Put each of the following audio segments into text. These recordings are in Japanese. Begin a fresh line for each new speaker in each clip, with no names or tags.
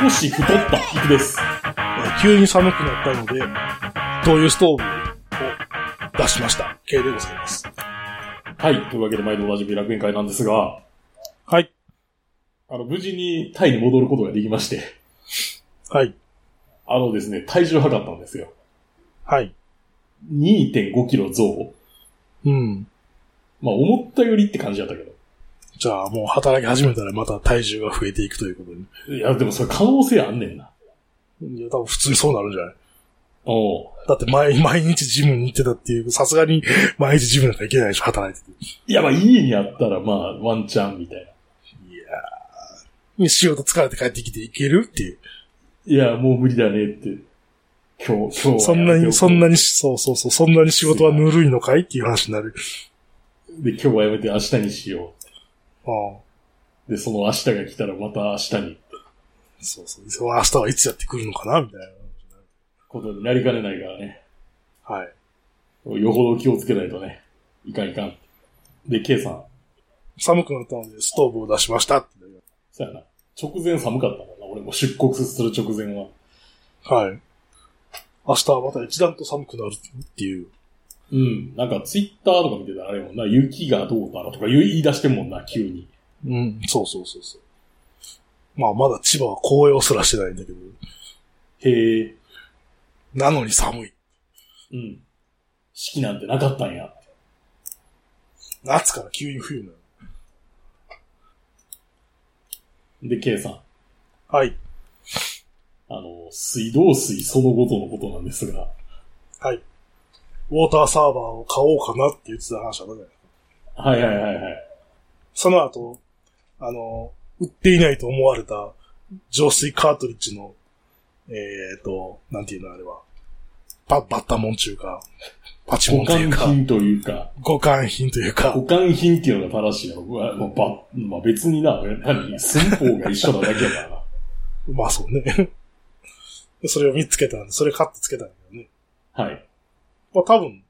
少し太った服です。
急に寒くなったので、灯油ストーブを出しました。系でございます。
はい。というわけで、毎度おなじみ楽園会なんですが、
はい。
あの、無事にタイに戻ることができまして、
はい。
あのですね、体重測ったんですよ。
はい。
2.5キロ増。
うん。
まあ、思ったよりって感じだったけど。
じゃあもう働き始めたらまた体重が増えていくということに。
いや、でもそれ可能性あんねんな。
いや、多分普通にそうなるんじゃない
おう
だって毎毎日ジムに行ってたっていう、さすがに毎日ジムなんか行けないでしょ、働いてて。
いや、まあ、家にあったら、まあ、ワンチャンみたいな。
で仕事疲れて帰ってきて行けるっていう。
いや、もう無理だねって。今日、今日はやめておこう。
そんなに、そんなに、そうそうそう、そんなに仕事はぬるいのかいっていう話になる。
で、今日はやめて明日にしよ
ああ。
う。で、その明日が来たらまた明日に。
そうそう。その明日はいつやってくるのかなみたい
ことになりかねないからね。
な。はい。
よほど気をつけないとね。いかんいかん。で、K さん。
寒くなったのでストーブを出しましたって。
そやな。直前寒かったもんな。俺も出国する直前は。
はい。明日はまた一段と寒くなるっていう。
うん。なんか、ツイッターとか見てたらあれもんな、雪がどうだろうとか言い出してんもんな、急に。
うん、そうそうそうそう。まあまだ千葉は紅葉すらしてないんだけど、
へえ。
なのに寒い。
うん。四季なんてなかったんや。
夏から急に冬になる。
で、K さん。
はい。
あの、水道水そのごとのことなんですが。
はい。ウォーターサーバーを買おうかなって言ってた話あったじゃな
は
い
いはいはいはい。
その後、あの、売っていないと思われた浄水カートリッジの、えっ、と、なんていうのあれは、ババッタモン中か、パチ
保
モンと
管
いうか、
品というか、
互換品というか
保、管品っていうのが正しいの。うわまあ、ば、まあ、別にな、何、寸法が一緒なだけやからな。
まあそうね。 それを見つけたんで、それ買ってつけたんだよね。
はい。
まあ多分、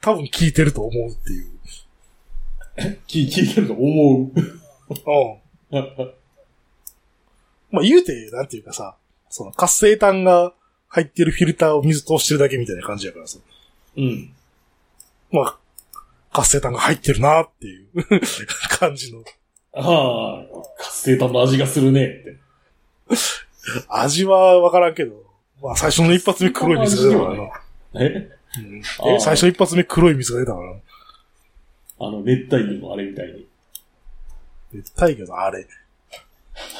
多分聞いてると思うっていう。
聞聞いてると思う。
うん。まあ言うて、なんていうかさ、その活性炭が入ってるフィルターを水通してるだけみたいな感じやからさ。
うん。
まあ、活性炭が入ってるなっていう 感じの。
ああ、活性炭の味がするねって。
味はわからんけど、まあ最初の一発目黒い水が出たからな。
え
うん
あ
え、
ー
最初一発目黒い水が出たからな。
あの、熱帯魚のあれみたいに。
熱帯魚のあれ。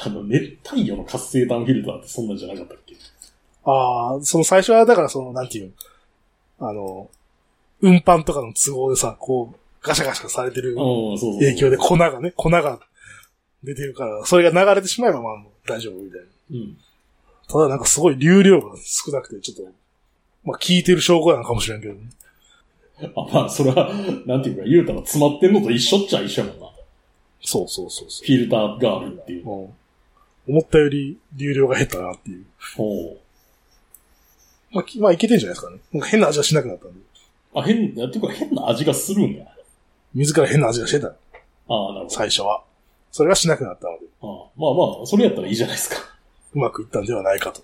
あの、熱帯魚の活性炭フィルターってそんなんじゃなかったっけ
ああ、その最初はだからその、なんていうのあの、運搬とかの都合でさ、こう、ガシャガシャされてる
うん、そうそうそう。
影響で粉がね、粉が出てるから、それが流れてしまえばまあもう大丈夫みたいな。
うん。
ただなんかすごい流量が少なくて、ちょっと、まあ聞いてる証拠なのかもしれんけどね。
あ、まあ、それは、なんていうか、言うたら詰まってんのと一緒っちゃ一緒やもんな。
そうそうそうそ
フィルターがあるっていう
う。。もう思ったより流量が減ったなっていう。
ほ
まあ、きまあいけてんじゃないですかね。なんか変な味はしなくなったんで。
う。あ、変、あていうか変な味がするんだ。
自ら変な味がしてた、
ああ、なるほ
最初は。それがしなくなったので、
ど。ああまあまあ、それやったらいいじゃないですか。
うまくいったんではないかと。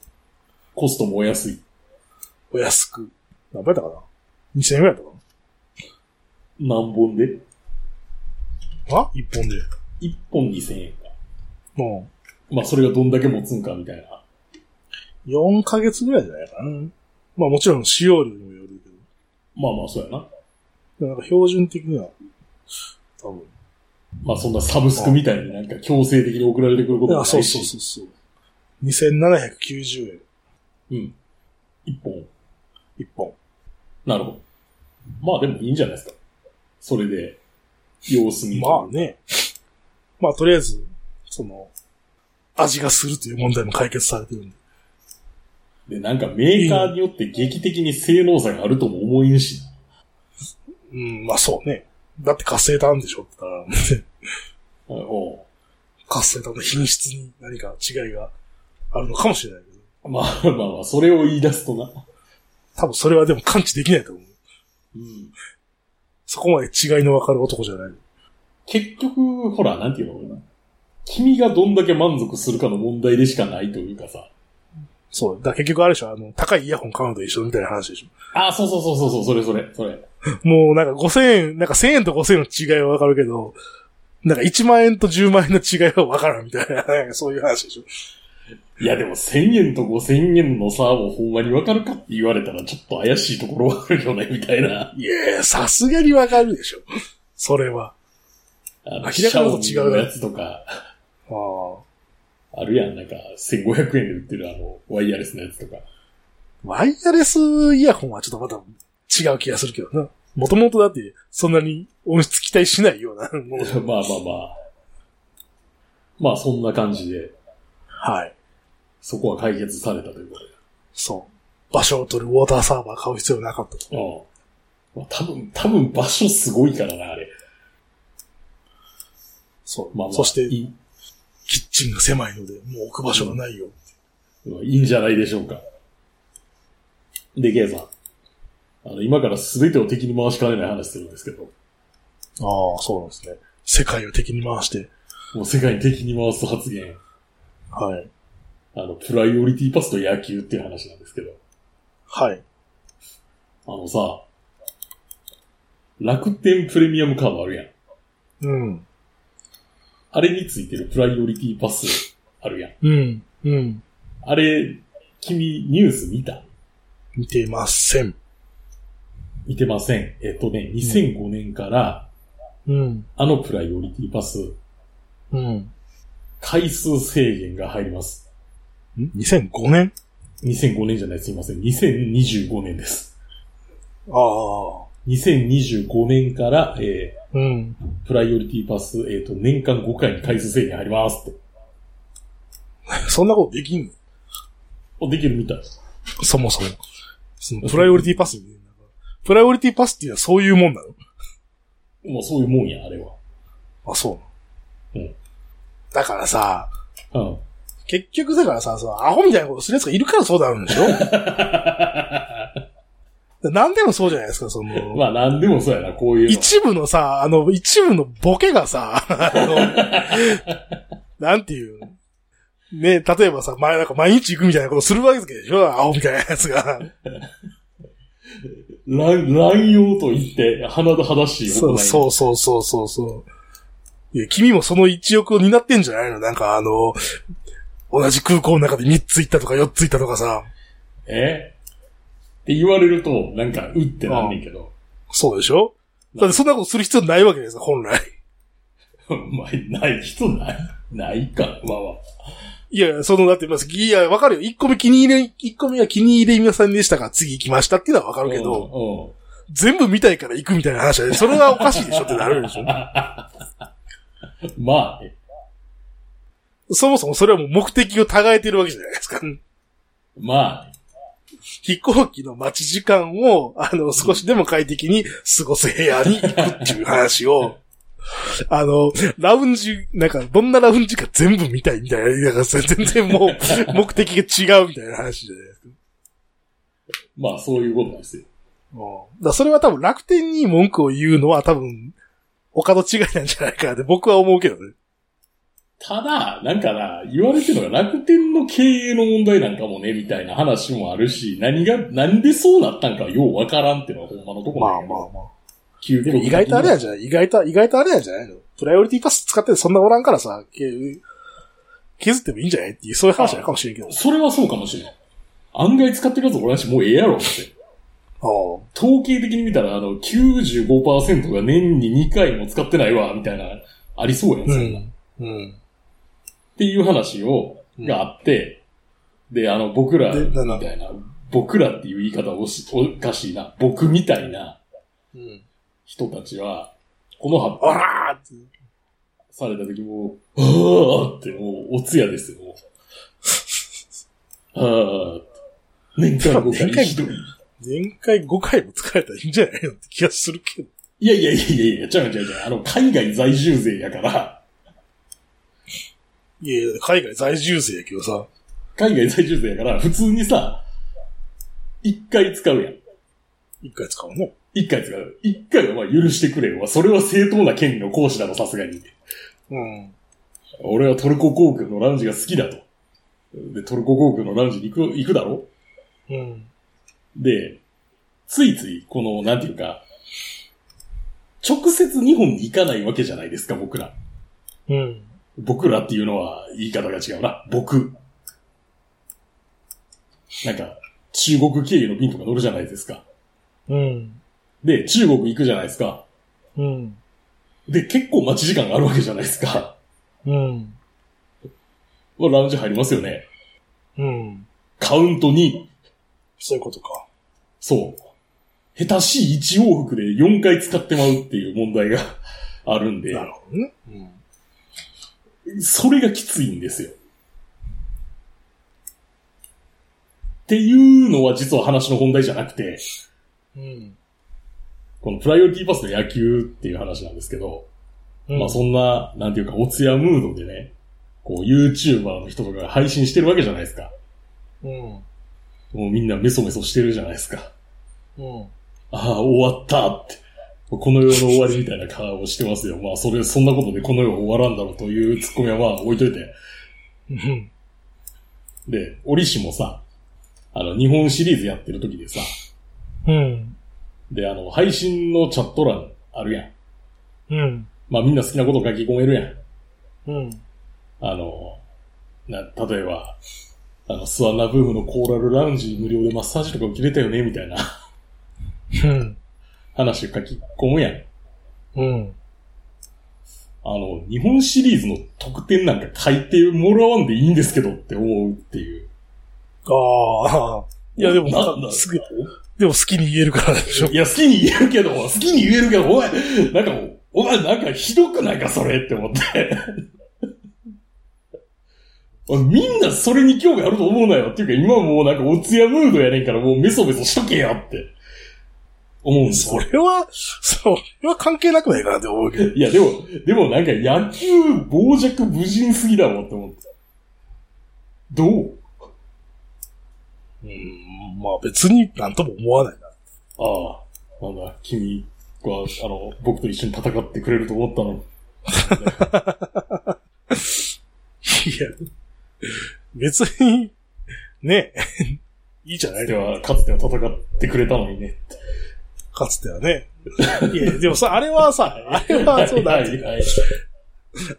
コストもお安い。
お安く。何倍だったかな ?2000 円ぐらいだっ
何本で
たかなあ ?1 本で。
?1 本2000円か。
も
まあ、それがどんだけ持つんかみたいな。
う、4ヶ月ぐらいじゃないかな。まあもちろん使用量にもよるけど。
まあまあ、そうやな。
でもなんか標準的には、多分。
まあ、そんなサブスクみたいになんか強制的に送られてくることもな
あ
いし。
そうそうそうそう。2790円、
うん。1本。
1本。
なるほど。まあ、でもいいんじゃないですか。それで、様子見。
まあね。まあとりあえず、その、味がするという問題も解決されてるんで。
で、なんかメーカーによって劇的に性能差があるとも思えんしな。
うん、まあそうね。だって活性炭でしょって言ったら、
うんお
活性炭の品質に何か違いがあるのかもしれないけど。
うまあまあまあ、それを言い出すとな。
多分それはでも感知できないと思う。
うん。
そこまで違いのわかる男じゃない。
結局、ほら、なんていうのかな。君がどんだけ満足するかの問題でしかないというかさ。
そう。だから結局あれでしょ、あの、高いイヤホン買うのと一緒みたいな話でしょ。
あ、そうそうそうそうそう、それそれ、それ。
もうなんか5000円、なんか1000円と5000円の違いはわかるけど、なんか1万円と10万円の違いはわからんみたいな、 なんかそういう話でしょ。
いやでも1000円と5000円の差をほんまにわかるかって言われたらちょっと怪しいところはあるよね、みたいな。
いやさすがにわかるでしょ。それは。
あの
明らかに違うな
シャオミのやつとか、
ああ。
あるやん、なんか1500円で売ってるあの、ワイヤレスのやつとか。
ワイヤレスイヤホンはちょっとまた違う気がするけどな。もともとだって、そんなに音質期待しないようなもの。
まあまあまあ。まあそんな感じで、
はい。
そこは解決されたということで。
そう。場所を取るウォーターサーバー買う必要なかったと。
うん。まあ多分、多分場所すごいからな、あれ。
そう。
まあまあ。
そして、
いい、
キッチンが狭いので、もう置く場所がないよ。
うんいいんじゃないでしょうか。で、ケイさん。あの、今から全てを敵に回しかねない話するんですけど、
ああ、そうなんですね。世界を敵に回して。
もう世界に敵に回す発言。
はい。
あの、プライオリティパスと野球っていう話なんですけど。
はい。
あのさ、楽天プレミアムカードあるやん。
うん。
あれについてるプライオリティパスあるやん。
うん。うん。
あれ、君ニュース見た
見てません。
見てません。えっとね、2005年から、
うん。
あのプライオリティパス、
うん。
回数制限が入ります。
ん ?2005 年
2005年じゃない、すいません。2025年です。
ああ。
2025年から、え
うん。
ー、プライオリティパス、えっ、と、年間5回に回数制限入りますって。
そんなことできんの
おできるみたい。
そもそも。そのプライオリティパスみたいな。プライオリティパスっていうのはそういうもんなの
もうそういうもんや、あれは。
あ、そうなの
うん
だからさ、
うん。
結局だからさ、そのアホみたいなことする奴がいるからそうなるんで しょなんでもそうじゃないですか、その。
まあ、なんでもそうやな、こういうの。
一部のさ、あの、一部のボケがさ、あの、なんていう。ね、例えばさ、前、なんか毎日行くみたいなことするわけでしょアホみたいなやつが。
乱乱用と言って、鼻と正しい行い。
そうそうそうそうそうそう。いや、君もその一翼を担ってんじゃないのなんかあの、同じ空港の中で3つ行ったとか4つ行ったとかさ。
えって言われると、なんか、うってなんねんけど。
そうでしょだってそんなことする必要ないわけですよ、本来。
まあ、ない人ない、ないか、まあまあ。
いやいや、その、だって、まず、いや、わかるよ。1個目気に入れ、一個目は気に入れ皆さんでしたから次行きましたっていうのはわかるけど、
ど。
全部見たいから行くみたいな話はね、それはおかしいでしょってなるでしょ
うん。まあね、
そもそもそれはもう目的を違えてるわけじゃないですか。
まあね、
飛行機の待ち時間を、あの、少しでも快適に過ごす部屋に行くっていう話を、あの、ラウンジ、なんか、どんなラウンジか全部見たいみたいな、なんか全然もう、目的が違うみたいな話じゃないですか。
まあそういうことなんですよ。
うんだからそれは多分楽天に文句を言うのは多分、他の違いなんじゃないかなって僕は思うけどね。
ただ、なんかな、言われてるのが楽天の経営の問題なんかもね、みたいな話もあるし、何が、なんでそうなったんかようわからんっていうのはほんまのところなんやけど
まあ。
究
で
極
も
的に
意外とあれやんじゃない意外と、意外とあれやんじゃないのプライオリティパス使っててそんなおらんからさ、け削ってもいいんじゃないっていう、そういう話なのかもしれんけど。
それはそうかもしれない。案外使ってるやつ俺らし、もうええやろって。
あ
統計的に見たら、あの、95%が年に2回も使ってないわ、みたいな、ありそうやん、
う。
そんなん
うん。
っていう話を、
うん
があって、で、あの、僕ら、
で
み
なな
たいな、僕らっていう言い方おしおかしいな、僕みたいな
うん。
人たちは、この発
あ
表
らーって。
された時もう、あーって、もう、お通夜ですよ、もう。 あーって。年間5
年間
回、ひどい。
前回5回も使えたらいいんじゃないのって気がするけど。
いやいやいやいやいや、ちゃうちゃうちゃう。あの、海外在住税やから、
いやいや、海外在住税やけどさ。
海外在住税やから、普通にさ、一回使うやん。
1回使うね。
一回使う。一回はまあ許してくれよ。それは正当な権利の行使だろ、さすがに。
うん。
俺はトルコ航空のラウンジが好きだと。で、トルコ航空のラウンジに行く、行くだろ
うん。
で、ついつい、この、なんていうか、直接日本に行かないわけじゃないですか、僕ら。
うん。
僕らっていうのは言い方が違うな。僕。なんか、中国経由の便とか乗るじゃないですか。
うん。
で、中国行くじゃないですか。
うん。
で、結構待ち時間があるわけじゃないですか。
うん。
まあラウンジ入りますよね。
うん。
カウント2。
そういうことか。
そう。下手しい1往復で4回使ってまうっていう問題が あるんで、
なるほどね。うん。
それがきついんですよ。っていうのは実は話の本題じゃなくて、
うん。
このプライオリティパスの野球っていう話なんですけど、
うん
まあそんな、なんていうか、おつやムードでね、こう YouTuber の人とかが配信してるわけじゃないですか。
うん。
もうみんなメソメソしてるじゃないですか。
うん。
ああ、終わったって。この世の終わりみたいな顔をしてますよ。まあ、それ、そんなことでこの世は終わらんだろうというツッコミはまあ置いといて。
うん。
で、折しもさ、あの、日本シリーズやってる時でさ、
うん。
で、あの、配信のチャット欄あるやん。
うん。
まあ、みんな好きなことを書き込めるやん。
うん。
あの、な、例えば、あの、スワンナブームのコーラルラウンジ無料でマッサージとか受けれたよね、みたいな
うん。
話を書き込むやん。
うん。
あの、日本シリーズの特典なんか書いてもらわんでいいんですけどって思うっていう。
ああ。いや、でも、
なんだ
すぐ、でも好きに言えるからでしょ。
いや、好きに言えるけど、好きに言えるけど、お前、なんかもう、お前なんかひどくないか、それって思って。 みんなそれに興味あると思うなよっていうか、今もうなんかおつやムードやねんから、もうメソメソしとけよって思うんです
そ
よ。
れは、それは関係なくないかなって思うけど。
いや、でも、でもなんか野球傍若無人すぎだわって思って。どう
うん。まあ別になんとも思わないな。
ああ、なんだ、君は、あの、僕と一緒に戦ってくれると思ったのに。
いや、別に、ねえ、いいじゃない
では、かつては戦ってくれたのにね。
かつてはね。いや、でもさ、あれはさ、あれは、そうだ
は、い、はい。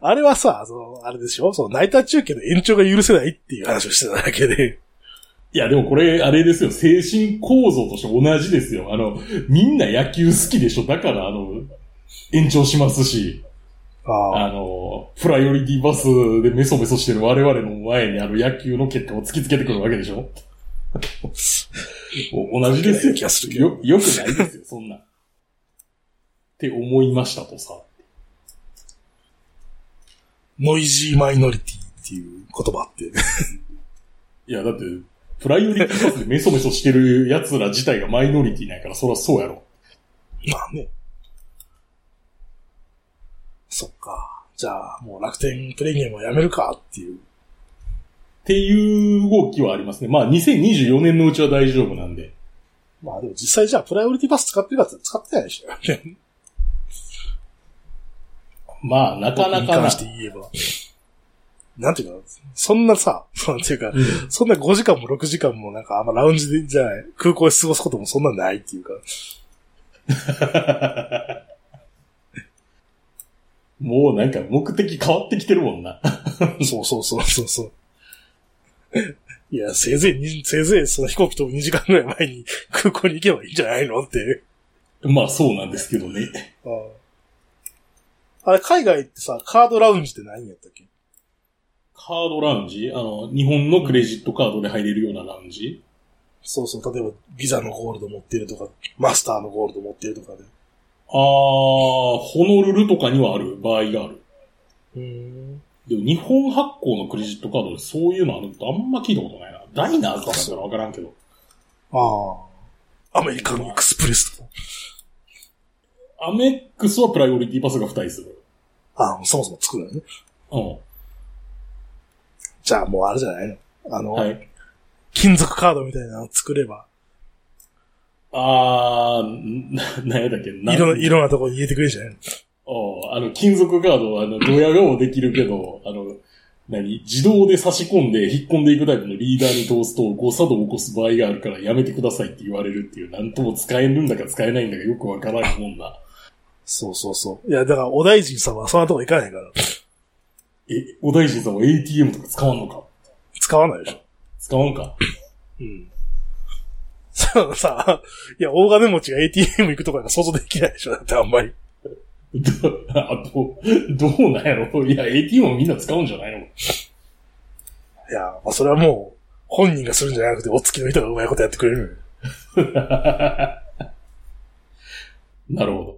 あれはさ、その、あれでしょその、ナイター中継の延長が許せないっていう話をしてただけで。
いや、でもこれ、あれですよ、精神構造として同じですよ。あの、みんな野球好きでしょ。だから、あの、延長しますし、
ああ。
あの、プライオリティバスでメソメソしてる我々の前にある野球の結果を突きつけてくるわけでし ょ。お同じですよ。
気がするけど
よ、よくないですよ、そんな。って思いましたとさ。
ノイジーマイノリティっていう言葉って。
いや、だって、プライオリティパスでメソメソしてる奴ら自体がマイノリティなんやから、そりゃそうやろ。
まあね。そっか。じゃあ、もう楽天プレミアムはやめるかっていう。
っていう動きはありますね。まあ、2024年のうちは大丈夫なんで。
まあでも実際じゃあプライオリティパス使ってるかって使ってないでしょ。
まあ、なかな
に
かな
関して言えば。なんていうか、そんなさ、なんていうか、
うん
そんな5時間も6時間もなんかあんまラウンジでじゃない、空港で過ごすこともそんなないっていうか。
もうなんか目的変わってきてるもんな。
そうそうそうそうそう。いや、せいぜいに、せいぜいその飛行機飛ぶ2時間ぐらい前に空港に行けばいいんじゃないのって。
まあ、そうなんですけどね。
あああれ、海外ってさ、カードラウンジって何やったっけ
カードラウンジあの、日本のクレジットカードで入れるようなラウンジ
そうそう、例えばビザのゴールド持ってるとか、マスターのゴールド持ってるとかで。
あー、ホノルルとかにはある場合がある。
うん。
でも日本発行のクレジットカードでそういうのあるとあんま聞いたことないな。ダイナーズとかだったらわからんけど。
ああ。アメリカンエクスプレスとか。
アメックスはプライオリティパスが2人する。
ああ、そもそも作るよね。
うん。
じゃあもうあれじゃないのあの、
はい。
金属カードみたいなの作れば、
あー、な、なんやだっけ
い
な
ろんな、いろんなところに入れてくれるじゃないの
あああの、金属カードは、あの、ドヤ顔できるけど、あの、何自動で差し込んで引っ込んでいくタイプのリーダーに通すと誤作動を起こす場合があるからやめてくださいって言われるっていう、なんとも使えるんだか使えないんだかよくわからんもんな。
そうそうそう。いや、だから、お大臣様はそんなとこ行かないから。
え、お大臣さんは ATM とか使わんのか
使わないでしょ。
使わんか
うん。さあ、 さいや、大金持ちが ATM 行くとかなんか想像できないでしょ。だってあんまり。
ど、あと、どうなんやろいや、ATM みんな使うんじゃないの
いや、まあ、それはもう、本人がするんじゃなくて、お付きの人がうまいことやってくれるのよ。
なるほど。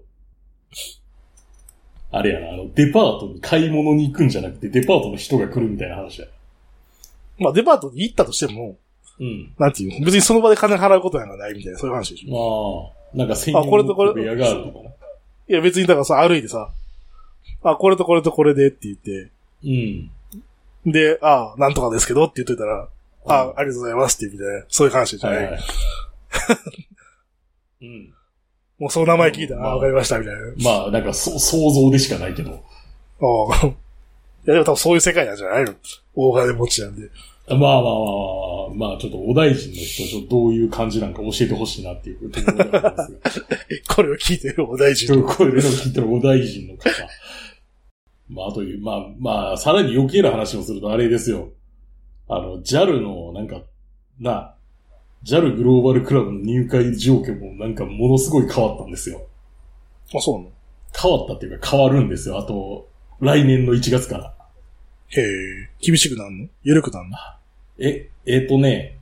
あれやな、あの、デパートに買い物に行くんじゃなくて、デパートの人が来るみたいな話や。
まあ、デパートに行ったとしても、
うん。
なんていうの別にその場で金払うことなんかないみたいな、そういう話でしょ。
まあ、なんか専
あこれ
用
とこれ
の部屋があるとかな。
いや、別にだからさ、歩いてさ、あ、これとこれとこれでって言って、
うん。
で、あ、なんとかですけどって言っといたら、あ、ありがとうございますって言うみたいな、そういう話じゃ
は
ない。
いはい。 うん。
もうその名前聞いたら、
まあ
あ、わかりました、みたいな。
まあ、なんか、そ、想像でしかないけど。
ああ。 いや、でも多分そういう世界なんじゃないの大金持ちなんで。
まあまあまあまあ、まあ、ちょっとお大臣の人、ちょっとどういう感じなんか教えてほしいなっていうところではありますが。
これを聞いてるお大
ちょ
臣
っとこれの聞いてるお大臣の方。まあ、という、まあ、まあ、さらに余計な話をするとあれですよ。あの、JAL の、なんか、な、JAL グローバルクラブの入会状況もなんかものすごい変わったんですよ。
あ、そうなの
変わったっていうか変わるんですよ。あと、来年の1月から。
へえ。厳しくなんの緩くなんの
え、えっ、とね、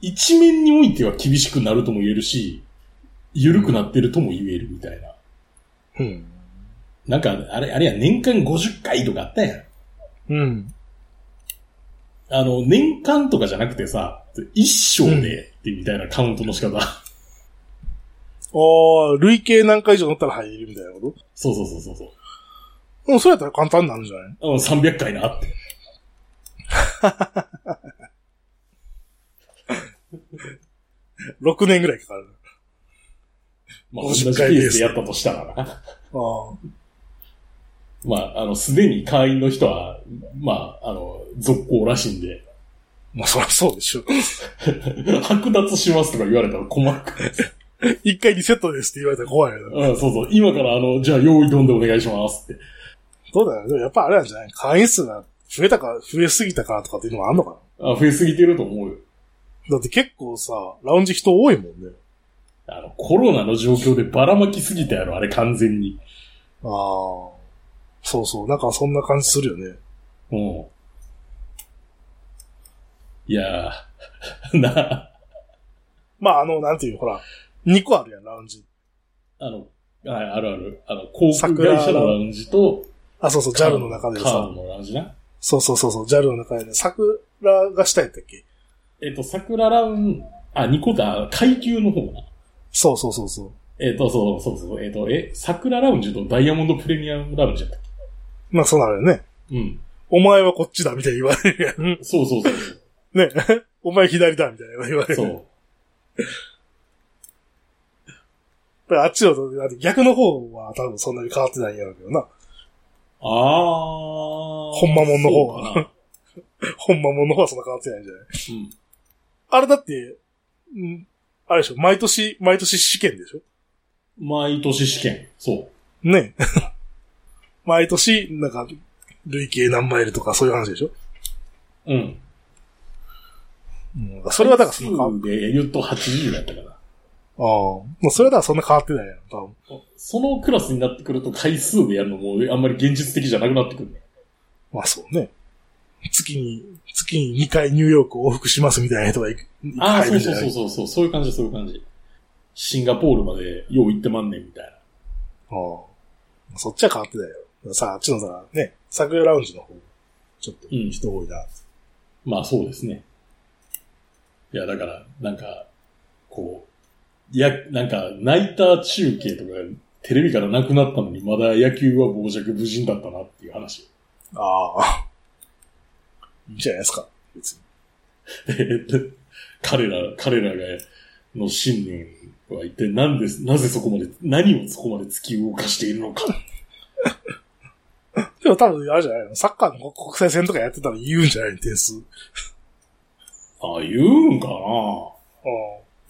一面においては厳しくなるとも言えるし、緩くなってるとも言えるみたいな。
うん。
なんか、あれ、あれや、年間50回とかあったやん。
うん。
あの、年間とかじゃなくてさ、一生で、ってみたいなカウントの仕方。
ああ、累計何回以上乗ったら入るみたいなこと
そうそうそうそうそう。
うん、そうやったら簡単になるんじゃない
うん、300回なって。
?6 年ぐらいかかる。
まあ、同じペ
50回
ースでやったとしたらな。
ああ。
まあ、あの、すでに会員の人は、まあ、あの、続行らしいんで、
まあ、そりゃそうでしょ。
剥奪しますとか言われたら困る から。
一回リセットですって言われたら怖いよな。
うん、そうそう。今からあの、じゃあ用意どんでお願いしますって。
どうだろうでもやっぱあれなんじゃない会員数が増えたか、増えすぎたかとかっていうのもあんのかな
あ、増えすぎてると思うよ。
だって結構さ、ラウンジ人多いもんね。
あの、コロナの状況でばらまきすぎたやろ、あれ完全に。
ああ。そうそう。なんかそんな感じするよね。
うん。いやー、 な、
まあ、あの、なんていう、ほら、2個あるやん、ラウンジ。
あの、はい、あるある。あの、航空会社のラウンジと、
あ、そうそう、JAL の中で
カー
さ。
ブのラウンジな。
そうそうそうそう、JAL の中でね、桜が下やったっけ
えっ、と、桜ラウン、あ、二個だ、階級の方な。
そうそうそうそう。
えっ、と、そうそうそう、えっ、と、え、桜ラウンジとダイヤモンドプレミアムラウンジやったっ
まあ、そうなるよね。
けうん。
お前はこっちだ、みたいに言われるやん。
そうそう そう
ね。お前左だ、みたいな言われる。
そう。
だからあっちの、だって逆の方は多分そんなに変わってないんやろうけどな。
あー。
ほんまもんの方
そう
は
かな。
ほんまもの方はそんな変わってないんじゃない
うん。
あれだって、んあれでしょ、毎年、毎年試験でしょ
毎年試験。そう。
ね 毎年、なんか、累計何マイルとかそういう話でしょ、
うん。
うん、それはだからそんな変わ
回
っ
数で言うと80だったかな。
ああ。まあ、それはだからそんな変わってないやん、多
そのクラスになってくると回数でやるのもあんまり現実的じゃなくなってくるね。
分。まあそうね。月に、月に2回ニューヨーク往復しますみたいな人がいく。
ああ、
い
そう
るじ
そ
ゃ
う
ない
そうそうそう、そういう感じ、そういう感じ。シンガポールまでよう行ってまんねんみたいな。
ああ。そっちは変わってないよ。さあ、あっちのさ、ね、桜ラウンジの方、ちょっと
うん
人多いな。
まあそうですね。いや、だから、なんか、こう、や、なんか、ナイター中継とか、テレビからなくなったのに、まだ野球は傍若無人だったなっていう話。
ああ。いいんじゃないですか、別に。
で彼ら、彼らが、の信念は一体何です、なぜそこまで、何をそこまで突き動かしているのか。
でも多分、あれじゃないのサッカーの国国際線とかやってたら言うんじゃないの点数。うん。
あ、言うんかな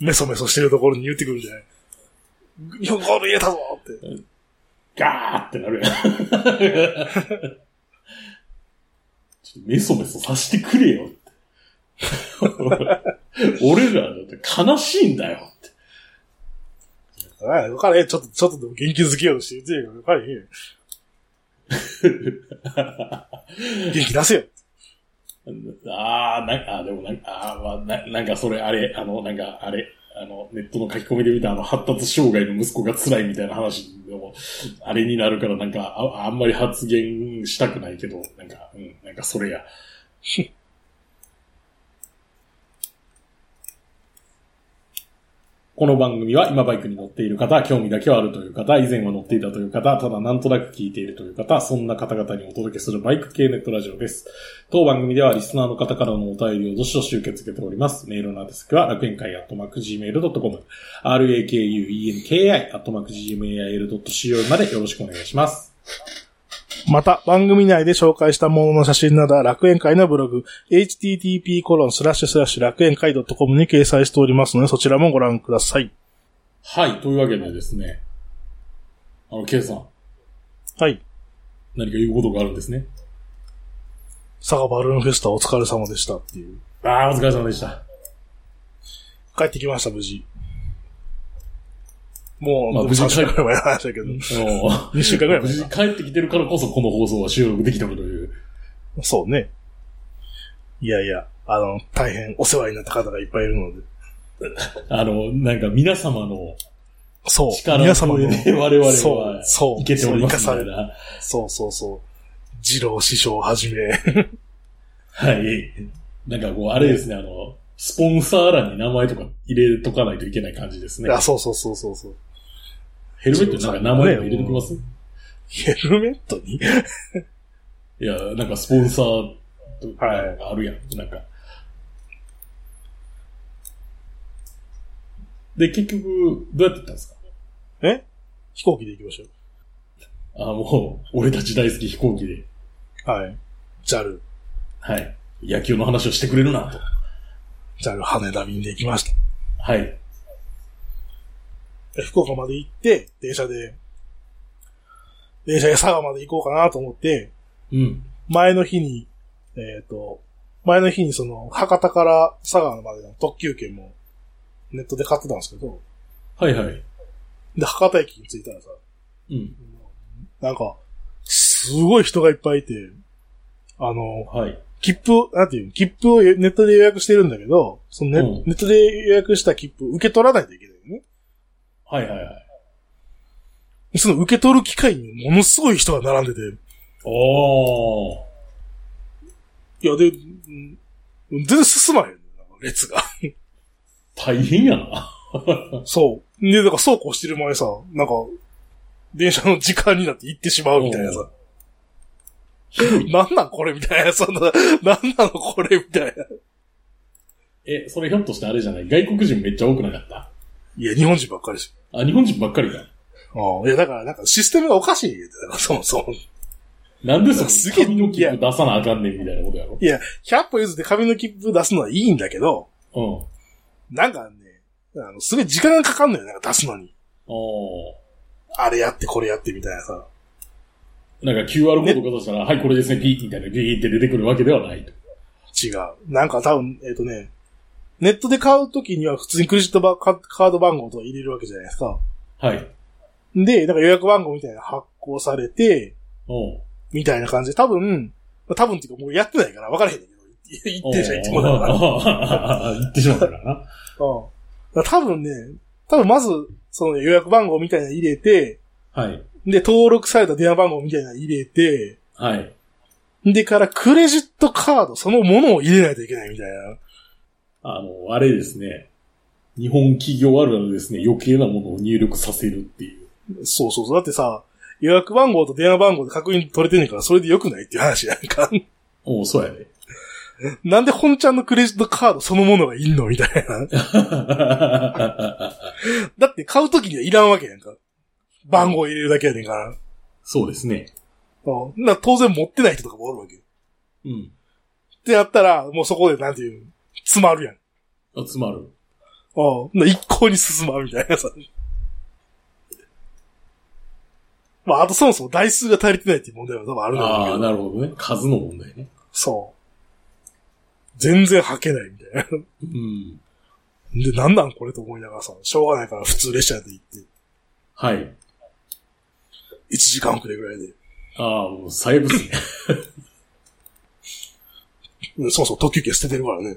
メソメソしてるところに言ってくるんじゃない日本ゴール入れたぞって。
ガーってなるやん。ちょメソメソさしてくれよって。 俺らだって悲しいんだよって。
はい、わかれへん、ちょっと、ちょっとでも元気づけようとして言ってるから、わかれへん。元気出せよ。
ああ、なんか、あーでもなんか、あーまあ、ななんかそれ、あれ、あの、なんか、あれ、あの、ネットの書き込みで見たあの、発達障害の息子が辛いみたいな話の、あれになるから、なんかあ、あんまり発言したくないけど、なんか、うん、なんかそれや。この番組は今バイクに乗っている方、興味だけはあるという方、以前は乗っていたという方、ただなんとなく聞いているという方、そんな方々にお届けするバイク系ネットラジオです。当番組ではリスナーの方からのお便りをどしどし受け付けております。メールの宛先は楽園会アットマーク Gmail.com、rakuenki アットマーク Gmail.co までよろしくお願いします。
また、番組内で紹介したものの写真などは楽園会のブログ、http コロンスラッシュスラッシュ楽園会 .com に掲載しておりますので、そちらもご覧ください。
はい、というわけでですね、あの、K さん、
はい。
何か言うことがあるんですね。
佐賀バルーンフェスタお疲れ様でしたっていう。
ああ、お疲れ様でした。
帰ってきました、無事。もう、
まあ無事
3週間ぐらい前の話だけど、
おー
2週間ぐらい
無
前
事
か
帰ってきてるからこそこの放送は収録できたという。
そうね。いやいや、あの、大変お世話になった方がいっぱいいるので。
あの、なんか皆様の
そう。
力
皆
の
様の
声で我々
そう
は、
そう。
いけております
そう
みたい
生かされ
な。
そうそうそう。二郎師匠をはじめ、
はい。なんかこう、あれですね、あの、スポンサー欄に名前とか入れとかないといけない感じですね。
あ、そうそうそうそうそう。
ヘルメットになんか名前とか入れてきます、
ヘルメットに
いや、なんかスポンサーとか
はい
なんかあるやん。なんか。で、結局、どうやって行ったんですか
え飛行機で行きましょ
あ、もう、俺たち大好き飛行機で。
う。はい。JAL、
はい。野球の話をしてくれるなと。
JAL 羽田便で行きました。
はい。
で福岡まで行って、電車で、電車で佐賀まで行こうかなと思って、
うん。
前の日に、えっ、と、前の日にその、博多から佐賀までの特急券も、ネットで買ってたんですけど、
はいはい。
で、博多駅に着いたらさ、
うん。
なんか、すごい人がいっぱいいて、あの、
はい。
切符、なんていうの切符をネットで予約してるんだけど、そのネ,、
うん
ネットで予約した切符を受け取らないといけないよね。
はいはいはい。
その受け取る機会にものすごい人が並んでて、
おー。
いや、で、うん全然進まへん。なんか列が。
大変やな。
そう。で、だからそうこうしてる前さ、なんか、電車の時間になって行ってし まうみたいなさ。なんなんこれみたいな。そんな、なんなのこれみたいな。
え、それひょっとしてあれじゃない外国人めっちゃ多くなかった
いや、日本人ばっかりですよ。
あ、日本人ばっかりか。
ああ。いや、だから、なんかシステムがおかしいって。だから、そもそも。
なんでそ
なんかすげえ
の髪の毛出さなあかんねんみたいなことやろ
いや、100歩譲って紙の切符出すのはいいんだけど、
うん。
なんかね、あの、すごい時間がかかんのよ、なんか出すのに。
おー。
あれやって、これやって、みたいなさ。
なんか QR コードかざしたら、はい、これですね、ピーみたいな、ギーって出てくるわけではないと。
違う。なんか多分、えっ、とね、ネットで買うときには普通にクレジットバカカード番号とか入れるわけじゃないですか。
はい。
で、なんか予約番号みたいなの発行されて、
おう
みたいな感じで、多分、まあ多分っていうかもうやってないから分からへんねんけど、い行ってんじゃん、行ってもらうから。うん
ら。 言ってしまったからな。
だから多分ね、多分まず、その予約番号みたいなの入れて、
はい。
で、登録された電話番号みたいなの入れて、
はい。
でからクレジットカードそのものを入れないといけないみたいな。
あの、あれですね。日本企業あるあるですね、余計なものを入力させるっていう。
そうそうそう。だってさ、予約番号と電話番号で確認取れてんねんから、それでよくないっていう話やんか。
おうそうやね。
なんで本ちゃんのクレジットカードそのものがいんのみたいな。だって買うときにはいらんわけやんか。番号入れるだけやねんから。
そうですね。
うんな当然持ってない人とかもおるわけ。っ
うん。
てやったら、もうそこでなんていう、詰まるやん。
集まる。
うん。な一向に進まるみたいなさ。まあ、あとそもそも台数が足りてないっていう問題は多分あるんだろう
あ
け
あ、
ど。
なるほどね。数の問題ね。
そう。全然吐けないみたいな。
うん。
で、なんなんこれと思いながらさ、しょうがないから普通列車で行って、
はい。
1時間遅れぐらいで。
ああ、もう細部っ すね。
うんそもそも特急券捨ててるからね。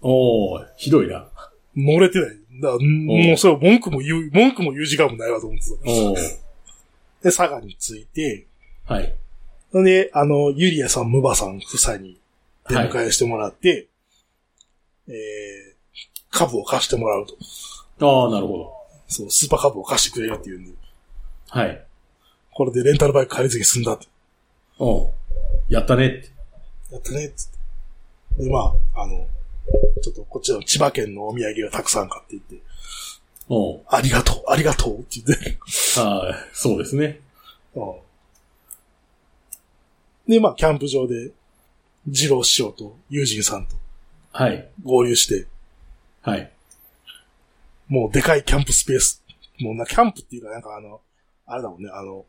おー、ひどいな。
乗れてない。だからもうそれを文句も言う、文句も言う時間もないわと思ってた。
おー。
で、佐賀に着いて、
はい。
で、あの、ユリアさん、ムバさん夫妻に出
はい。
迎えしてもらって、えー、株を貸してもらうと。
ああ、なるほど。
そう、スーパー株を貸してくれるっていうんで、
はい。
これでレンタルバイク借りずに済んだって。
おー。やったねって。
やったね、つって。で、まあ、あの、ちょっとこっちの千葉県のお土産をたくさん買っていって、
おー。
ありがとう、ありがとうって言って。
ああ、そうですね。
うんで、まあ、キャンプ場で、二郎師匠と友人さんと
はい。
合流して、
はい。
もうでかいキャンプスペース。もうな、キャンプっていうか、なんかあの、あれだもんね、あの、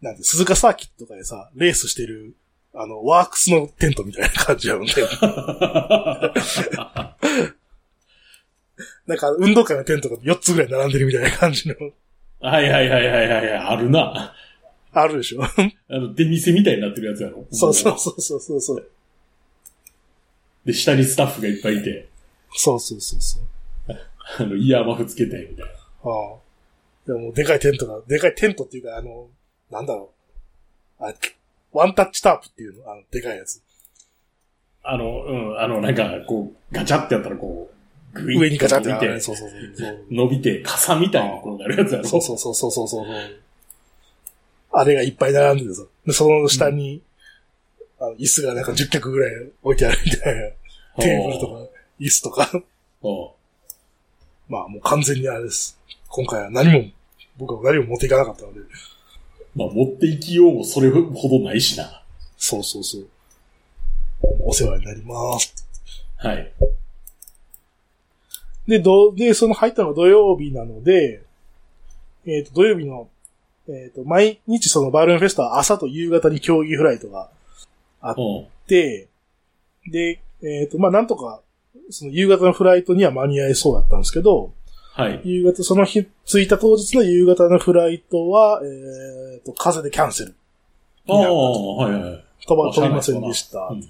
なんて、鈴鹿サーキットとかでさ、レースしてる、あの、ワークスのテントみたいな感じやもんね。 なんか、運動会のテントが4つぐらい並んでるみたいな感じの、
はいはいはいはいはいはい。あるな。
あるでしょ。
あの、出店みたいになってるやつやろ。
そうそうそうそうそうそう。
で、下にスタッフがいっぱいいて、
そうそうそうそう。
あの、イヤーマフつけて、みたいな。
ああ。でも、でかいテントが、でかいテントっていうか、あの、なんだろう。あ、ワンタッチタープっていうの、あの、でかいやつ。
あの、うん、あの、なんか、こう、ガチャってやったら、こう、グイッ
上にガチャって
伸
あ
び
る。
て、
そうそうそう
伸びて、傘みたいにこうなるやつやろ。
そう。そうそうそうそうそうそう。あれがいっぱい並んでてさ。で、その下に、あの椅子がなんか10脚ぐらい置いてあるみたいな。テーブルとか、椅子とか。
おう。
まあもう完全にあれです。今回は何も、僕は何も持っていかなかったので。
まあ、持っていきようもそれほどないしな。
そうそうそう。お世話になります。
はい。
で、ど、で、その入ったのが土曜日なので、えっ、と、土曜日の、えっ、と、毎日そのバルーンフェスタは朝と夕方に競技フライトが
おう。
で、で、えっ、と、まあ、なんとか、その夕方のフライトには間に合いそうだったんですけど、
はい。
夕方、その日、着いた当日の夕方のフライトは、えっ、と、風でキャンセル。
ああ、はいはい。
飛ば、飛びませんでした
う。ん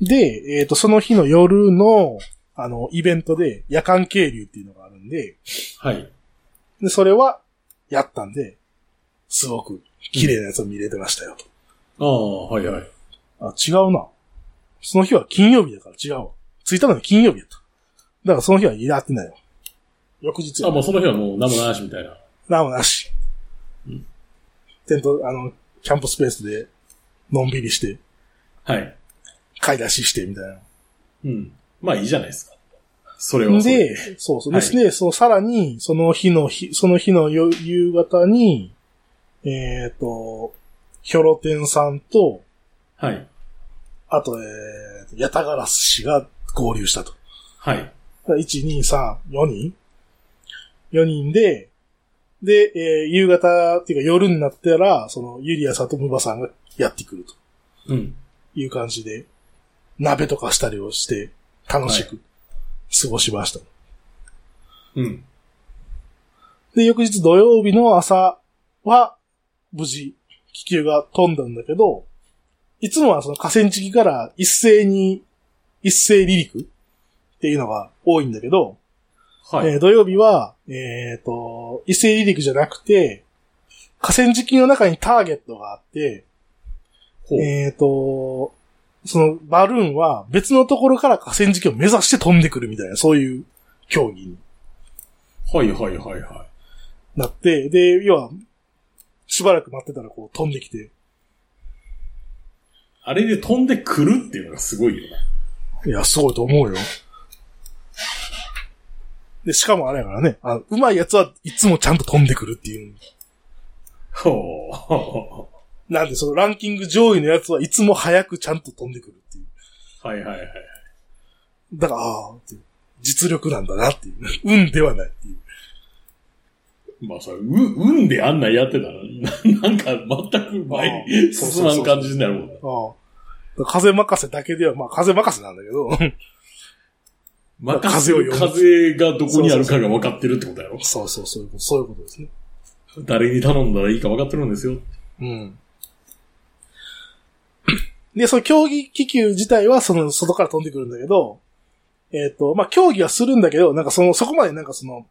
で、えっ、と、その日の夜の、あの、イベントで、夜間渓流っていうのがあるんで、
はい。
で、それは、やったんで、すごく、綺麗なやつを見れてましたよと。
ああ、はいはい。
あ、違うな。その日は金曜日だから違うわ。着いたのが金曜日やった。だからその日はやってないわ。翌日や
あ、もうその日はもう何もなしみたいな。
なんもなし
うん。
テント、あの、キャンプスペースで、のんびりして、
はい。
買い出しして、みたい
うん。まあいいじゃないですか。それ
な。
はそれ
で、、そうそう
は
で
い
すね、そう、さらに、その日の日、その日の夜夕方に、えっ、と、ヒョロテンさんと、
はい。
あと、えーと、ヤタガラス氏が合流したと。
はい。
1、2、3、4人 ?4 人で、で、えー夕方っていうか夜になったら、その、ユリアさんとムバさんがやってくると
うん。
いう感じで、鍋とかしたりをして、楽しく過ごしました。
うん。
で、翌日土曜日の朝は、無事、気球が飛んだんだけど、いつもはその河川敷から一斉に、一斉離陸っていうのが多いんだけど、
はい。
えー土曜日は、えっ、と、一斉離陸じゃなくて、河川敷の中にターゲットがあって、
ほう
えっ、と、そのバルーンは別のところから河川敷を目指して飛んでくるみたいな、そういう競技に
はいはいはいは
なって、で、要は、しばらく待ってたらこう飛んできて、
い。あれで飛んでくるっていうのがすごいよな。
いや、すごいと思うよ。で、しかもあれやからね、あの、うまいやつはいつもちゃんと飛んでくるっていう。
ほ
なんで、そのランキング上位のやつはいつも早くちゃんと飛んでくるっていう。
う。はいはいはい。
だから、ああ、っていう実力なんだなっていう。運ではないっていう。
まあさ、う、運であんなんやってたら、ななんか全く前に
そ
進
うそうそう
ま
そ
ん
う
感じになるもんね。
ああ。風任せだけでは、まあ風任せなんだけど、
まあ、風
風を読む
風がどこにあるかが分かってるってことやろ。
そうそう、そういうこと、そういうことですね。
誰に頼んだらいいか分かってるんですよ。
うん。で、その競技気球自体はその外から飛んでくるんだけど、えっ、と、まあ、競技はするんだけど、なんかその、そこまでなんかその、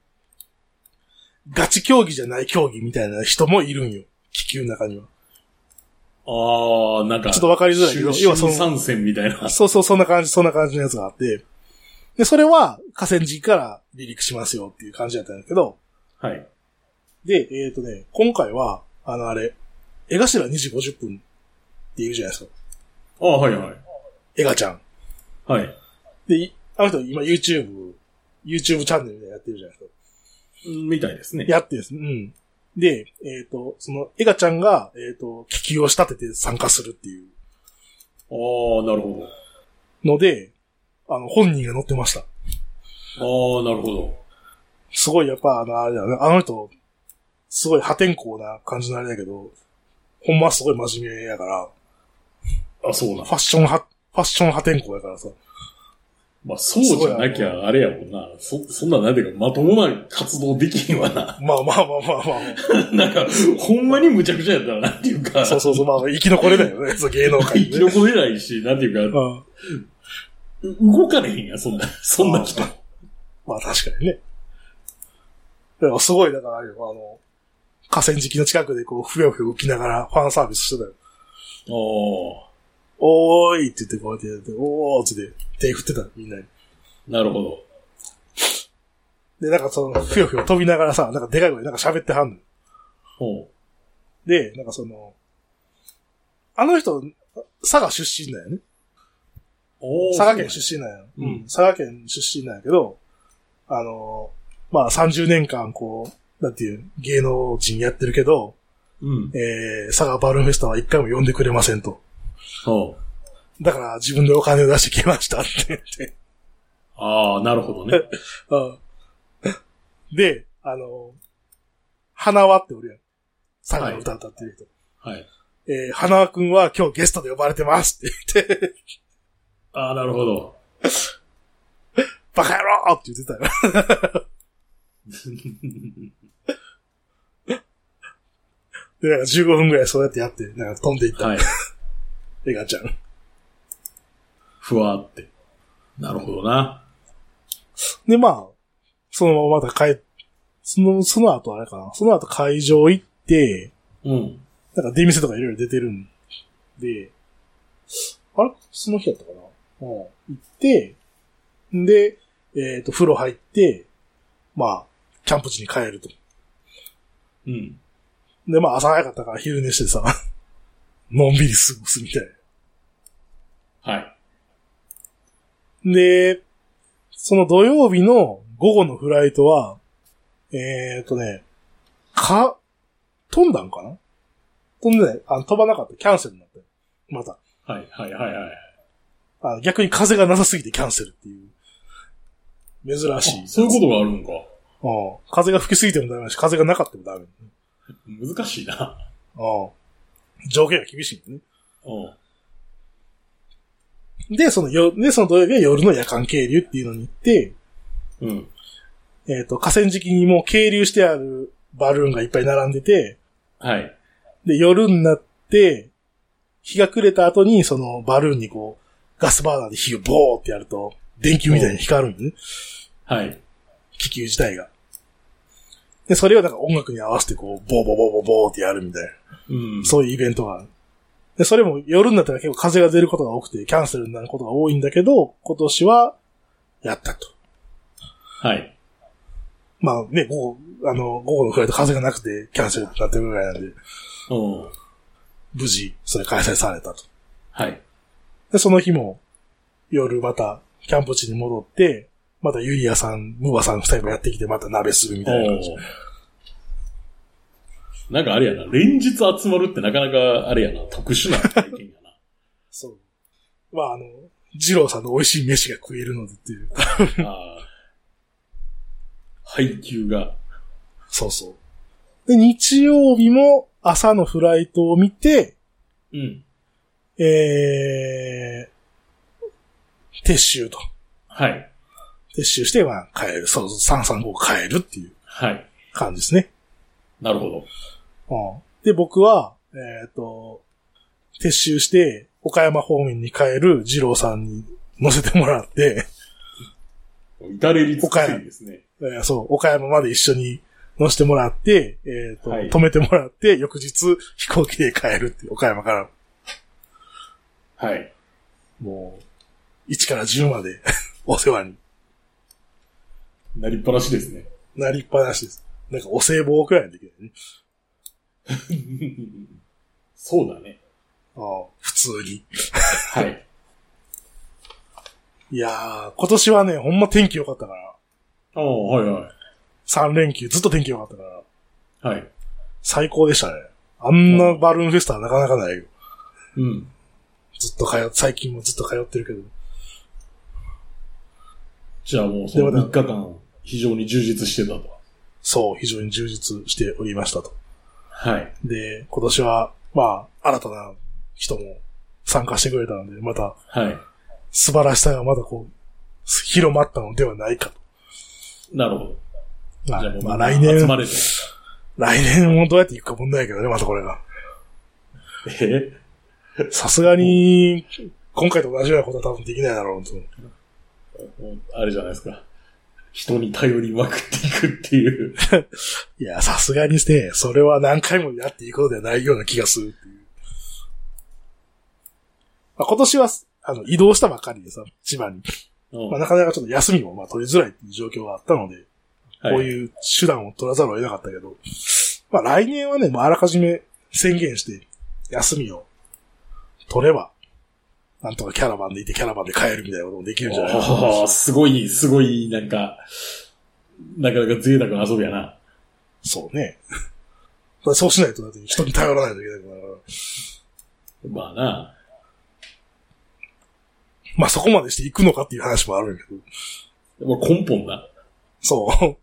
ガチ競技じゃない競技みたいな人もいるんよ。気球の中には。
ああ、なんか、
ちょっと分かりづらいけど
新
要はその
参戦みたいな。
そうそう、そんな感じ、そんな感じのやつがあって。で、それは河川敷から離陸しますよっていう感じだったんだけど、
はい。
で、えっ、とね、今回は、あのあれ、江頭2時50分って言うじゃないですか。
ああ、はいはい。
江頭ちゃん。
はい。
で、いあの人今 YouTube、YouTube チャンネルでやってるじゃないですか。
みたいですね。
やってですね。うん。で、えっ、と、その、エガちゃんが、えっ、と、気球を仕立てて参加するっていう
ああ、なるほ
ので、あの、本人が乗ってました。
ど。ああ、なるほど。
すごい、やっぱ、あの、あれだよね。あの人、すごい破天荒な感じのあれだけど、ほんまはすごい真面目やから、
あ、そうな
フ。ァッションは、ファッション破天荒やからさ。
まあ、そうじゃなきゃあれやもんな。そ、そんな、なんていうか、まともな活動できんわな。
まあまあまあまあまあま
なんか、ほんまにむちゃくちゃやったら、なんていうか、
あ。そうそうそう、まあ、生き残れないよね。そう芸能界
生
で
き
ね。
残れないし、なんていうか、
うん。
動かれへんや、そんな、そんな人。
まあ確かにね。でもすごい、だからあれよ、あの、河川敷の近くでこう、ふよふよ浮きながらファンサービスしてたよ。
お
おーいって言ってこうやってやって、おーって言って手振ってたのみんなに。
ーなるほど。
で、なんかその、ふよふよ飛びながらさ、なんかでかい声でなんか喋ってはんの。
ほ
で、なんかその、あの人、佐賀出身だよね。
うおー
佐賀県出身なんや。
うん
佐賀県出身なんやけど、あの、まあ30年間こう、なんていう、芸能人やってるけど、
うん。
えー、佐賀バルーンフェスタは一回も呼んでくれませんと。
ほう。
だから自分でお金を出してきましたって言って。
ああ、なるほどね。
うんで、あの、花輪っておるやん。佐賀の歌歌ってる人。
はい。
えー、花輪くんは今日ゲストで呼ばれてますって言って、
ああ、なるほど。
バカ野郎って言ってたよ。 で、なんか15分ぐらいそうやってやって、なんか飛んでいった、
はい。
エガちゃん。
ふわーって。なるほどな。
で、まあ、そのまままた帰っ、その、その後あれかな。その後会場行って、
うん。
なんか出店とかいろいろ出てるんで、あれその日やったかなうん。行って、んで、えっ、と、風呂入って、まあ、キャンプ地に帰ると。
うん。
で、まあ、朝早かったから昼寝してさ、 のんびり過ごすみたい
はい。
な。で、その土曜日の午後のフライトは、えっ、とね、か、飛んだんかな飛んでない。あの飛ばなかった。キャンセルになったよ。また。
はい、はい、はい、はい。
あ逆に風がなさすぎてキャンセルっていう。珍しい。
そういうことがあるんか。
うん風が吹きすぎてもダメだし、風がなかったもダメ。
難しいな。
うん条件が厳しいんだ
うん。
ね。で、その夜、で、その土曜日は夜の夜間渓流っていうのに行って、
うん。
えっ、と、河川敷にもう渓流してあるバルーンがいっぱい並んでて、
はい。
で、夜になって、日が暮れた後に、そのバルーンにこう、ガスバーナーで火をボーってやると、電球みたいに光るんだね。
はい。
気球自体が。で、それをなんか音楽に合わせてこう、ボーボーボーボーボーってやるみたいな。
うん。
そういうイベントがある。で、それも夜になったら結構風が出ることが多くて、キャンセルになることが多いんだけど、今年は、やったと。
はい。
まあね、午後、あの、午後のフライト風がなくてキャンセルになってるぐらいなんで、
うん。
無事、それ開催されたと。
はい。
で、その日も、夜また、キャンプ地に戻って、またユリアさん、ムーバさん二人もやってきて、また鍋するみ
お
たいな感じ。
ーなんかあれやな、連日集まるってなかなかあれやな、特殊な体験やな。
そう。まあ、あの、二郎さんの美味しい飯が食えるのでっていう。
あー配給が、
そうそう。で、日曜日も朝のフライトを見て、
うん。
えー、撤収と。
はい。
撤収して、まあ、帰る。そうそう、335帰るっていう
はい。
感じですね。
なるほど。
うん。で、僕は、えっ、と、撤収して、岡山方面に帰る二郎さんに乗せてもらって、
至れり尽くせりですね。
えーそう、岡山まで一緒に乗せてもらって、えっ、と、
はい
止めてもらって、翌日飛行機で帰るっていう、岡山から、
はい。
もう、1から10まで お世話に
なりっぱなしですね。
なりっぱなしです。なんかお歳暮くらいの時だよね。
そうだね。
ああ普通に。
はい。
いやー、今年はね、ほんま天気良かったから、
ああ、はいはい。
3連休ずっと天気良かったから、
はい。
最高でしたね。あんなバルーンフェスタはなかなかないよ。
うん。
ずっと通っ、最近もずっと通ってるけど。
じゃあもうその
でも
3日間、非常に充実してたと。
そう、非常に充実しておりましたと。
はい。
で、今年は、まあ、新たな人も参加してくれたので、また、
はい。
素晴らしさがまだこう、広まったのではないか
なるほど。
と。は
じゃあも
い、
う
まあ、
み
来
んな集
年、
ま れて。
来年もどうやって行くか問題やけどね、またこれが。
え
さすがに、今回と同じようなことは多分できないだろうと。
もうあれじゃないですか。人に頼りまくっていくっていう。
いや、さすがにね、それは何回もやっていいことではないような気がするっていう。まあ、今年は、あの、移動したばかりでさ、千葉に。まあ、なかなかちょっと休みもまあ取りづらいっていう状況があったので、こう
う。
いう手段を取らざるを得なかったけど、まあ来年はね、もうあらかじめ宣言して、休みを取れば、なんとかキャラバンでいてキャラバンで帰るみたいなこともできるんじゃないかな
ああ、すごい、すごい、なんか、なかなか贅沢な遊びやな。
そうね。 だからそうしないと、だって人に頼らないといけないから。
まあな。
まあそこまでして行くのかっていう話もあるんやけど。
まあ根本な。
そう。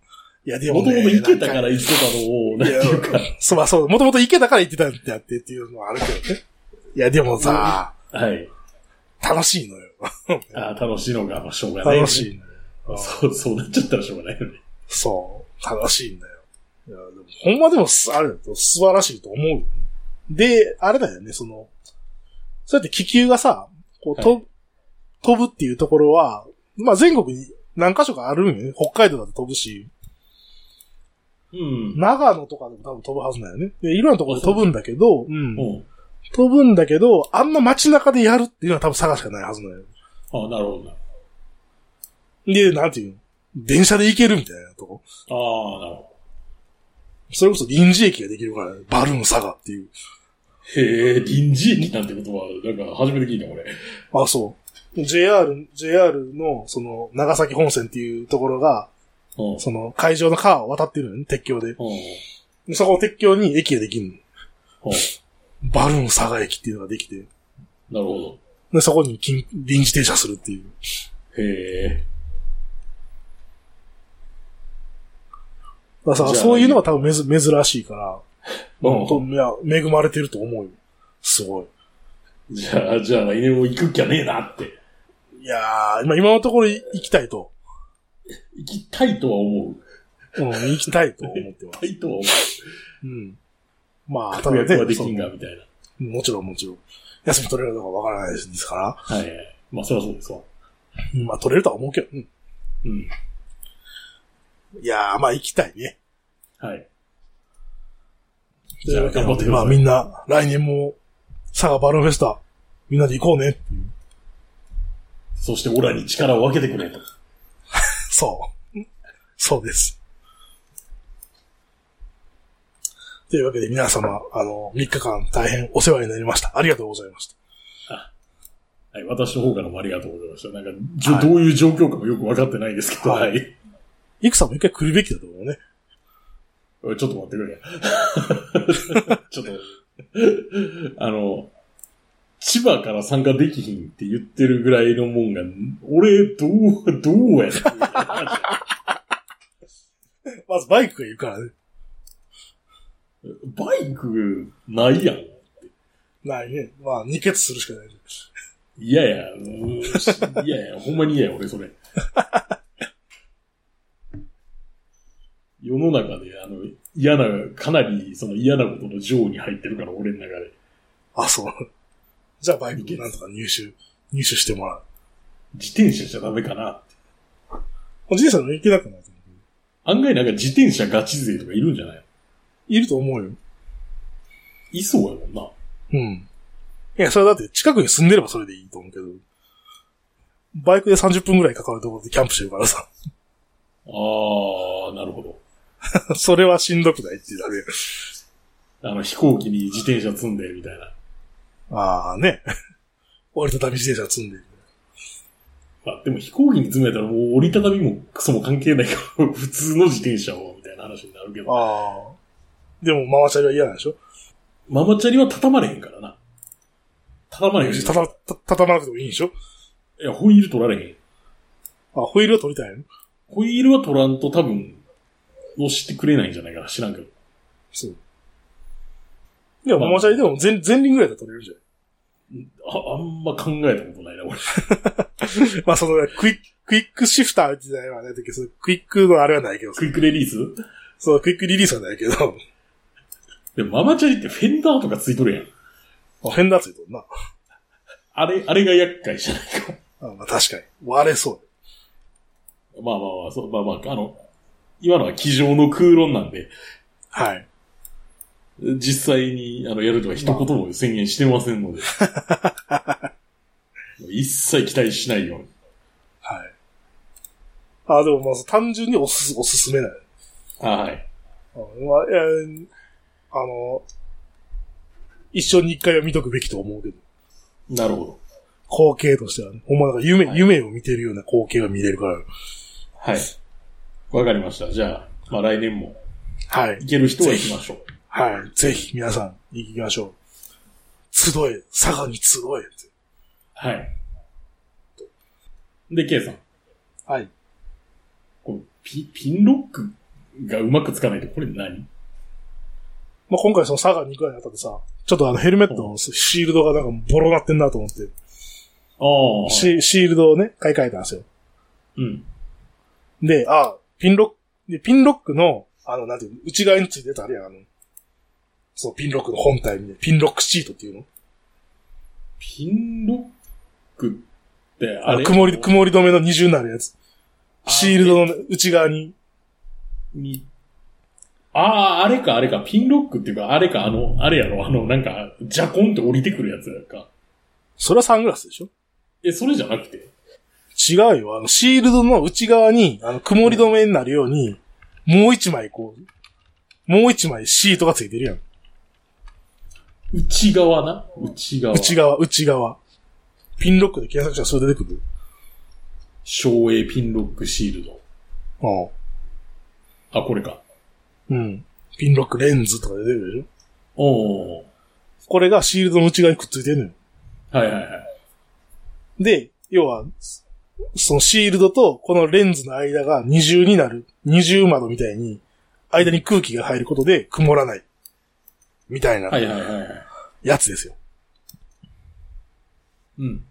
いやでも
もと
ね、
もと行けたか
なん
ら行ってたのを、
い
なん
や
ていうか。
そうまあそう、もともと行けたから行ってたんだってっていうのはあるけどね。いやでもさ、
はい。
楽しいのよ。
ああ、楽しいのが、まあしょうがない、
楽しいのよ。うん
そう、そうなっちゃったらしょうがないよね。
そう、楽しいんだよ。いや、でも、ほんまでもす、あれだと素晴らしいと思う。で、あれだよね、その、そうやって気球がさ、こう、と、
は
飛ぶっていうところは、まあ全国に何箇所かあるんよね。北海道だと飛ぶし、
うん。
長野とかでも多分飛ぶはずだよね。で、いろんなところで飛ぶんだけど、うん。
うん。
飛ぶんだけど、あんな街中でやるっていうのは多分探しかないはずなのよ。
ああ、なるほどな。
で、なんていうの電車で行けるみたいなとこ。
ああ、なるほ
それこそ臨時駅ができるから、ね、バルーン佐賀っていう。
ど。へえ、臨時駅なんて言葉、なんか初めて聞いた、俺。
あ、そう。JR、JR の、その、長崎本線っていうところが、
うん。
その、海上の川を渡ってるのね、鉄橋で。
うん。
でそこを鉄橋に駅ができる
うん
の。バルーン佐賀駅っていうのができて、
なるほ
でそこに緊臨時停車するっていう。
ど。へえ。
だからさ、
じゃあ
そういうのが多分めず珍しいから、
うん
といや、恵まれてると思うよ。すごい。
じゃあ、じゃあ来年も行くっきゃねえなって。
いやー、今今のところい行きたいと。
行きたいとは思う。行
うん、行きたいと思 ってま
き
す。
たいとは思う。
うん。まあ、た
予
だ
約は
ね、
で
そ
きんが、
の
みたいな。
もちろんもちろん。休み取れるのかわからないですから。
はいはい。まあ、そりゃそうですわ。
うんまあ、取れるとは思うけど、うん。
うん。
いやー、まあ、行きたいね。
はい。
というわ
じ
けなので
ゃあ頑張ってください
まあ、みんな、来年も、佐賀バルーンフェスタ、みんなで行こうねっていう。
そして、オラに力を分けてくれと。
そう。そうです。というわけで、皆様、あの、3日間大変お世話になりました。ありがとうございました。
はい。私の方からもありがとうございました。なんか、じょ
はい
どういう状況かもよく分かってないですけど、
は
はいい。
いくさんも一回来るべきだと思うね。
おいちょっと待ってくれ。 ちょっと、あの、千葉から参加できひんって言ってるぐらいのもんが、俺、どう、どうやねん
まずバイクがいるからね。
バイク、ないやん。
ないね。まあ、二血するしかないね。
いやいや、うーんいやいや、 ほんまに嫌や、俺、それ。世の中で、あの、嫌な、かなり、その嫌なことの上位に入ってるから、俺の中で。
あ、そう。じゃあバイクなんとか入手、入手してもらう。
自転車じゃダメかな。
おじいさんの行けなくない
案外なんか自転車ガチ勢とかいるんじゃない
いると思うよ。
いそうやもんな。
うん。いや、それはだって近くに住んでればそれでいいと思うけど。バイクで30分くらいかかるところでキャンプしてるからさ。
あー、なるほど。
それはしんどくないってなる
あの、飛行機に自転車積んで、みたいな。
やん。ああね。 折りたたみ自転車積んでる。
まあ、でも飛行機に積めたらもう折りたたみもクソも関係ないから、 普通の自転車を、みたいな話になるけど。
ああ。でも、ママチャリは嫌なんでしょ
ママチャリは畳まれへんからな。畳まれへんよ。
たた、た、畳まなくてもいいんでしょ
いや、ホイール取られへん。
あ、ホイールを取りたいの
ホイールは取らんと多分、押してくれないんじゃないかな。知らんけど。
そう。でも、
まあ
ママチャリでも前、前輪ぐらいだと取れるじ
あ、あんま考えたことないな、俺。
ゃん。まあ、その、クイック、クイックシフターみたいなのはないけど、そのクイックのあれはないけど、
クイックレリース
そう、クイックリリースはないけ ど、
で、ママチャリってフェンダーとかついとるやん。
あフェンダーついてるな。
あれ、あれが厄介じゃないか。
あまあ、確かに。割れそう。
まあまあまあ、そう、まあまあ、あの、今のは机上の空論なんで、
はい。
実際にあのやるとは一言も宣言してませんの で。一切期待しないように。
はい。あ、でもまあ、単純におすす、おすすめなの。
あはい。
あまあ、えーあの、一生に一回は見とくべきと思うけど、
なるほど。
光景としてはね、ほんまなんか夢、
はい
夢を見てるような光景が見れるから。
はい。わかりました。じゃあ、まあ来年も
はい。
行ける人は行きましょう。
はい。ぜひ、皆さん、行きましょう。集え、佐賀に集えって。
はい。で、K さん。
はい。
こうピピンロックがうまくつかないと、これ何
まあ、今回その佐賀に行くにあたってさ、ちょっとあのヘルメットのシールドがなんかボロなってんなと思って、
ああ。
シシールドをね、買い替えたんですよ。
うん。
で、あ、ピンロック、で、ピンロックの、あの、なんていうの、内側についてたあれやん、あの、そう、ピンロックの本体みたいな、ピンロックシートっていうの
ピンロックって、あ
あの
れ
曇り、曇り止めの二重になるやつ。シールドの内側に、
に、ああ、あれか、あれか、ピンロックっていうか、あれか、あの、あれやろ、あの、なんか、ジャコンって降りてくるやつやか。
それはサングラスでしょ
え、それじゃなくて
違うよ。あの、シールドの内側に、あの、曇り止めになるように、もう一枚こう、もう一枚シートがついてるやん。
内側な内側。
内側、内側。ピンロックで検索したらそれ出てくる。
省エピンロックシールド。
あ
あ、これか。
うん。ピンロックレンズとか出てくるでし
おー。
ょこれがシールドの内側にくっついてるのよ。
はいはいはい。
で、要は、そそのシールドとこのレンズの間が二重になる。二重窓みたいに、間に空気が入ることで曇らない。みたいな
はいはいはいはい。
やつですよ。
うん。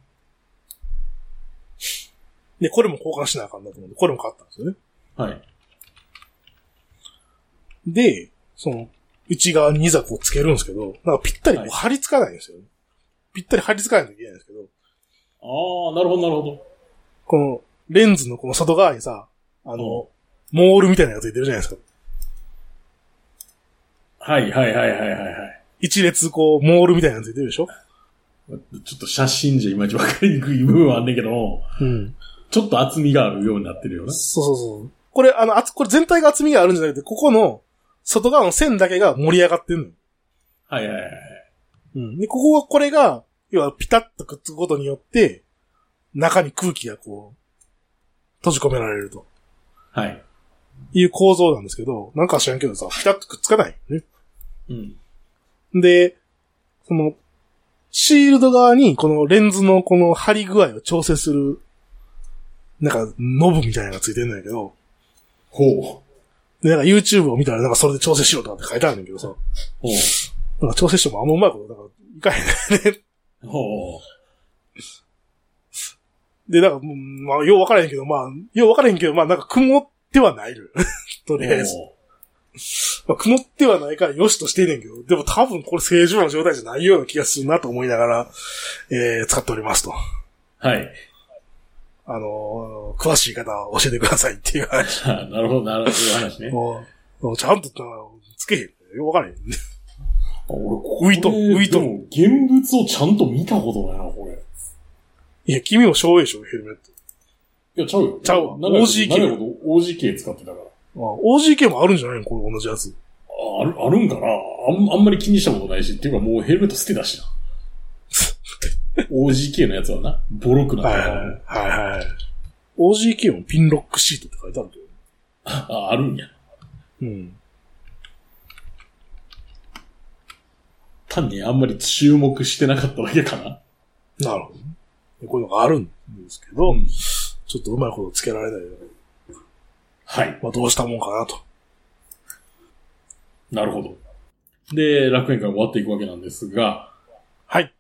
で、これも交換しなあかんなと思うんで、これも買ったんですよね。
はい。
で、その、内側に2ザクをつけるんですけど、なんかぴったりこ
は
う
い
貼り付かないんですよね。ぴったり貼り付かないといけないんですけど、
ああ、なるほどなるほど。
この、レンズのこの外側にさ、あの、
うん
モールみたいなのがついてるじゃないですか。
はいはいはいはいはいはい。
一列こう、モールみたいなのついてるでしょ
ちょっと写真じゃいまいちわかりにくい部分はあんねんけど、
うん。
ちょっと厚みがあるようになってるよな。
そうそうそう。これ、あの、あつ、これ全体が厚みがあるんじゃなくて、ここの、外側の線だけが盛り上がってるのよ。
はいはいはい。
うん。で、ここが、これが、要はピタッとくっつくことによって、中に空気がこう、閉じ込められると。
はい。
いう構造なんですけど、なんか知らんけどさ、ピタッとくっつかないよね。
うん。
で、その、シールド側にこのレンズのこの張り具合を調整する、なんか、ノブみたいなのがついてんだけど、
ほう。ほ
で、なんか YouTube を見たらなんかそれで調整しろとかって書いてあるんだけどさ、
う。
なんか調整してもあんまうまいこと、なんか、いかへんね。
ほ
で、なんか、うんまあ、よう分からへんけど、まあ、よう分からへんけど、まあ、なんか曇ってはないの よ。と
う。
りあえず。まあ、曇ってはないからよしとしてんねんけど、でも多分これ正常な状態じゃないような気がするなと思いながら、えー、使っておりますと。
はい。
あのー詳しい方は教えてくださいっていう 話
あなるほど、なるほど、そういう話ね。
を、もうちゃんとなつけへんのよ。よう分からへん。
俺、こ
浮いとん浮いとん
でも現物をちゃんと見たことないな、これ。
いや、君も小でしょ、ヘルメット。
いや、ちゃうよ。
ちゃうわ
長いこと
OGK
長いこと OGK 使ってたから。
あ OGK もあるんじゃないのこれ同じやつ。
あある、あるんかなあんあんまり気にしたことないし、っていうかもうヘルメット捨てたしな。OGK のやつはな、ボロくなっ
は
た
い
か
はい
ら、
はいはい。OGK もピンロックシートって書いてあるけど。
あ、あるんや。
うん。
単にあんまり注目してなかっただけかな。
なるほどね。こういうのがあるんですけど、
うん
ちょっとうまいことつけられないので
はい。
まあどうしたもんかなと。
なるほど。で、楽園会終わっていくわけなんですが、
はい。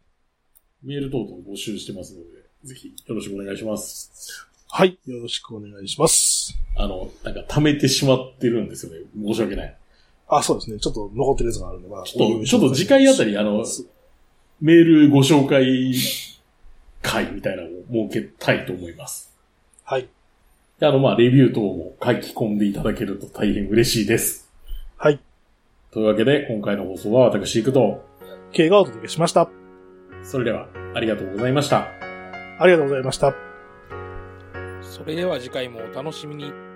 メール等々募集してますので、ぜひよろしくお願いします。
はい。よろしくお願いします。
あの、なんか溜めてしまってるんですよね。申し訳ない。
あ、そうですね。ちょっと残ってるやつがあるんで、まあ。
ちょっと、ちょっと次回あたり、あの、メールご紹介会みたいなのを設けたいと思います。
はい。
であの、まあ、レビュー等も書き込んでいただけると大変嬉しいです。
はい。
というわけで、今回の放送は私、行くと、
経がお届けしました。
それでは、ありがとうございました。
ありがとうございました。
それでは次回もお楽しみに。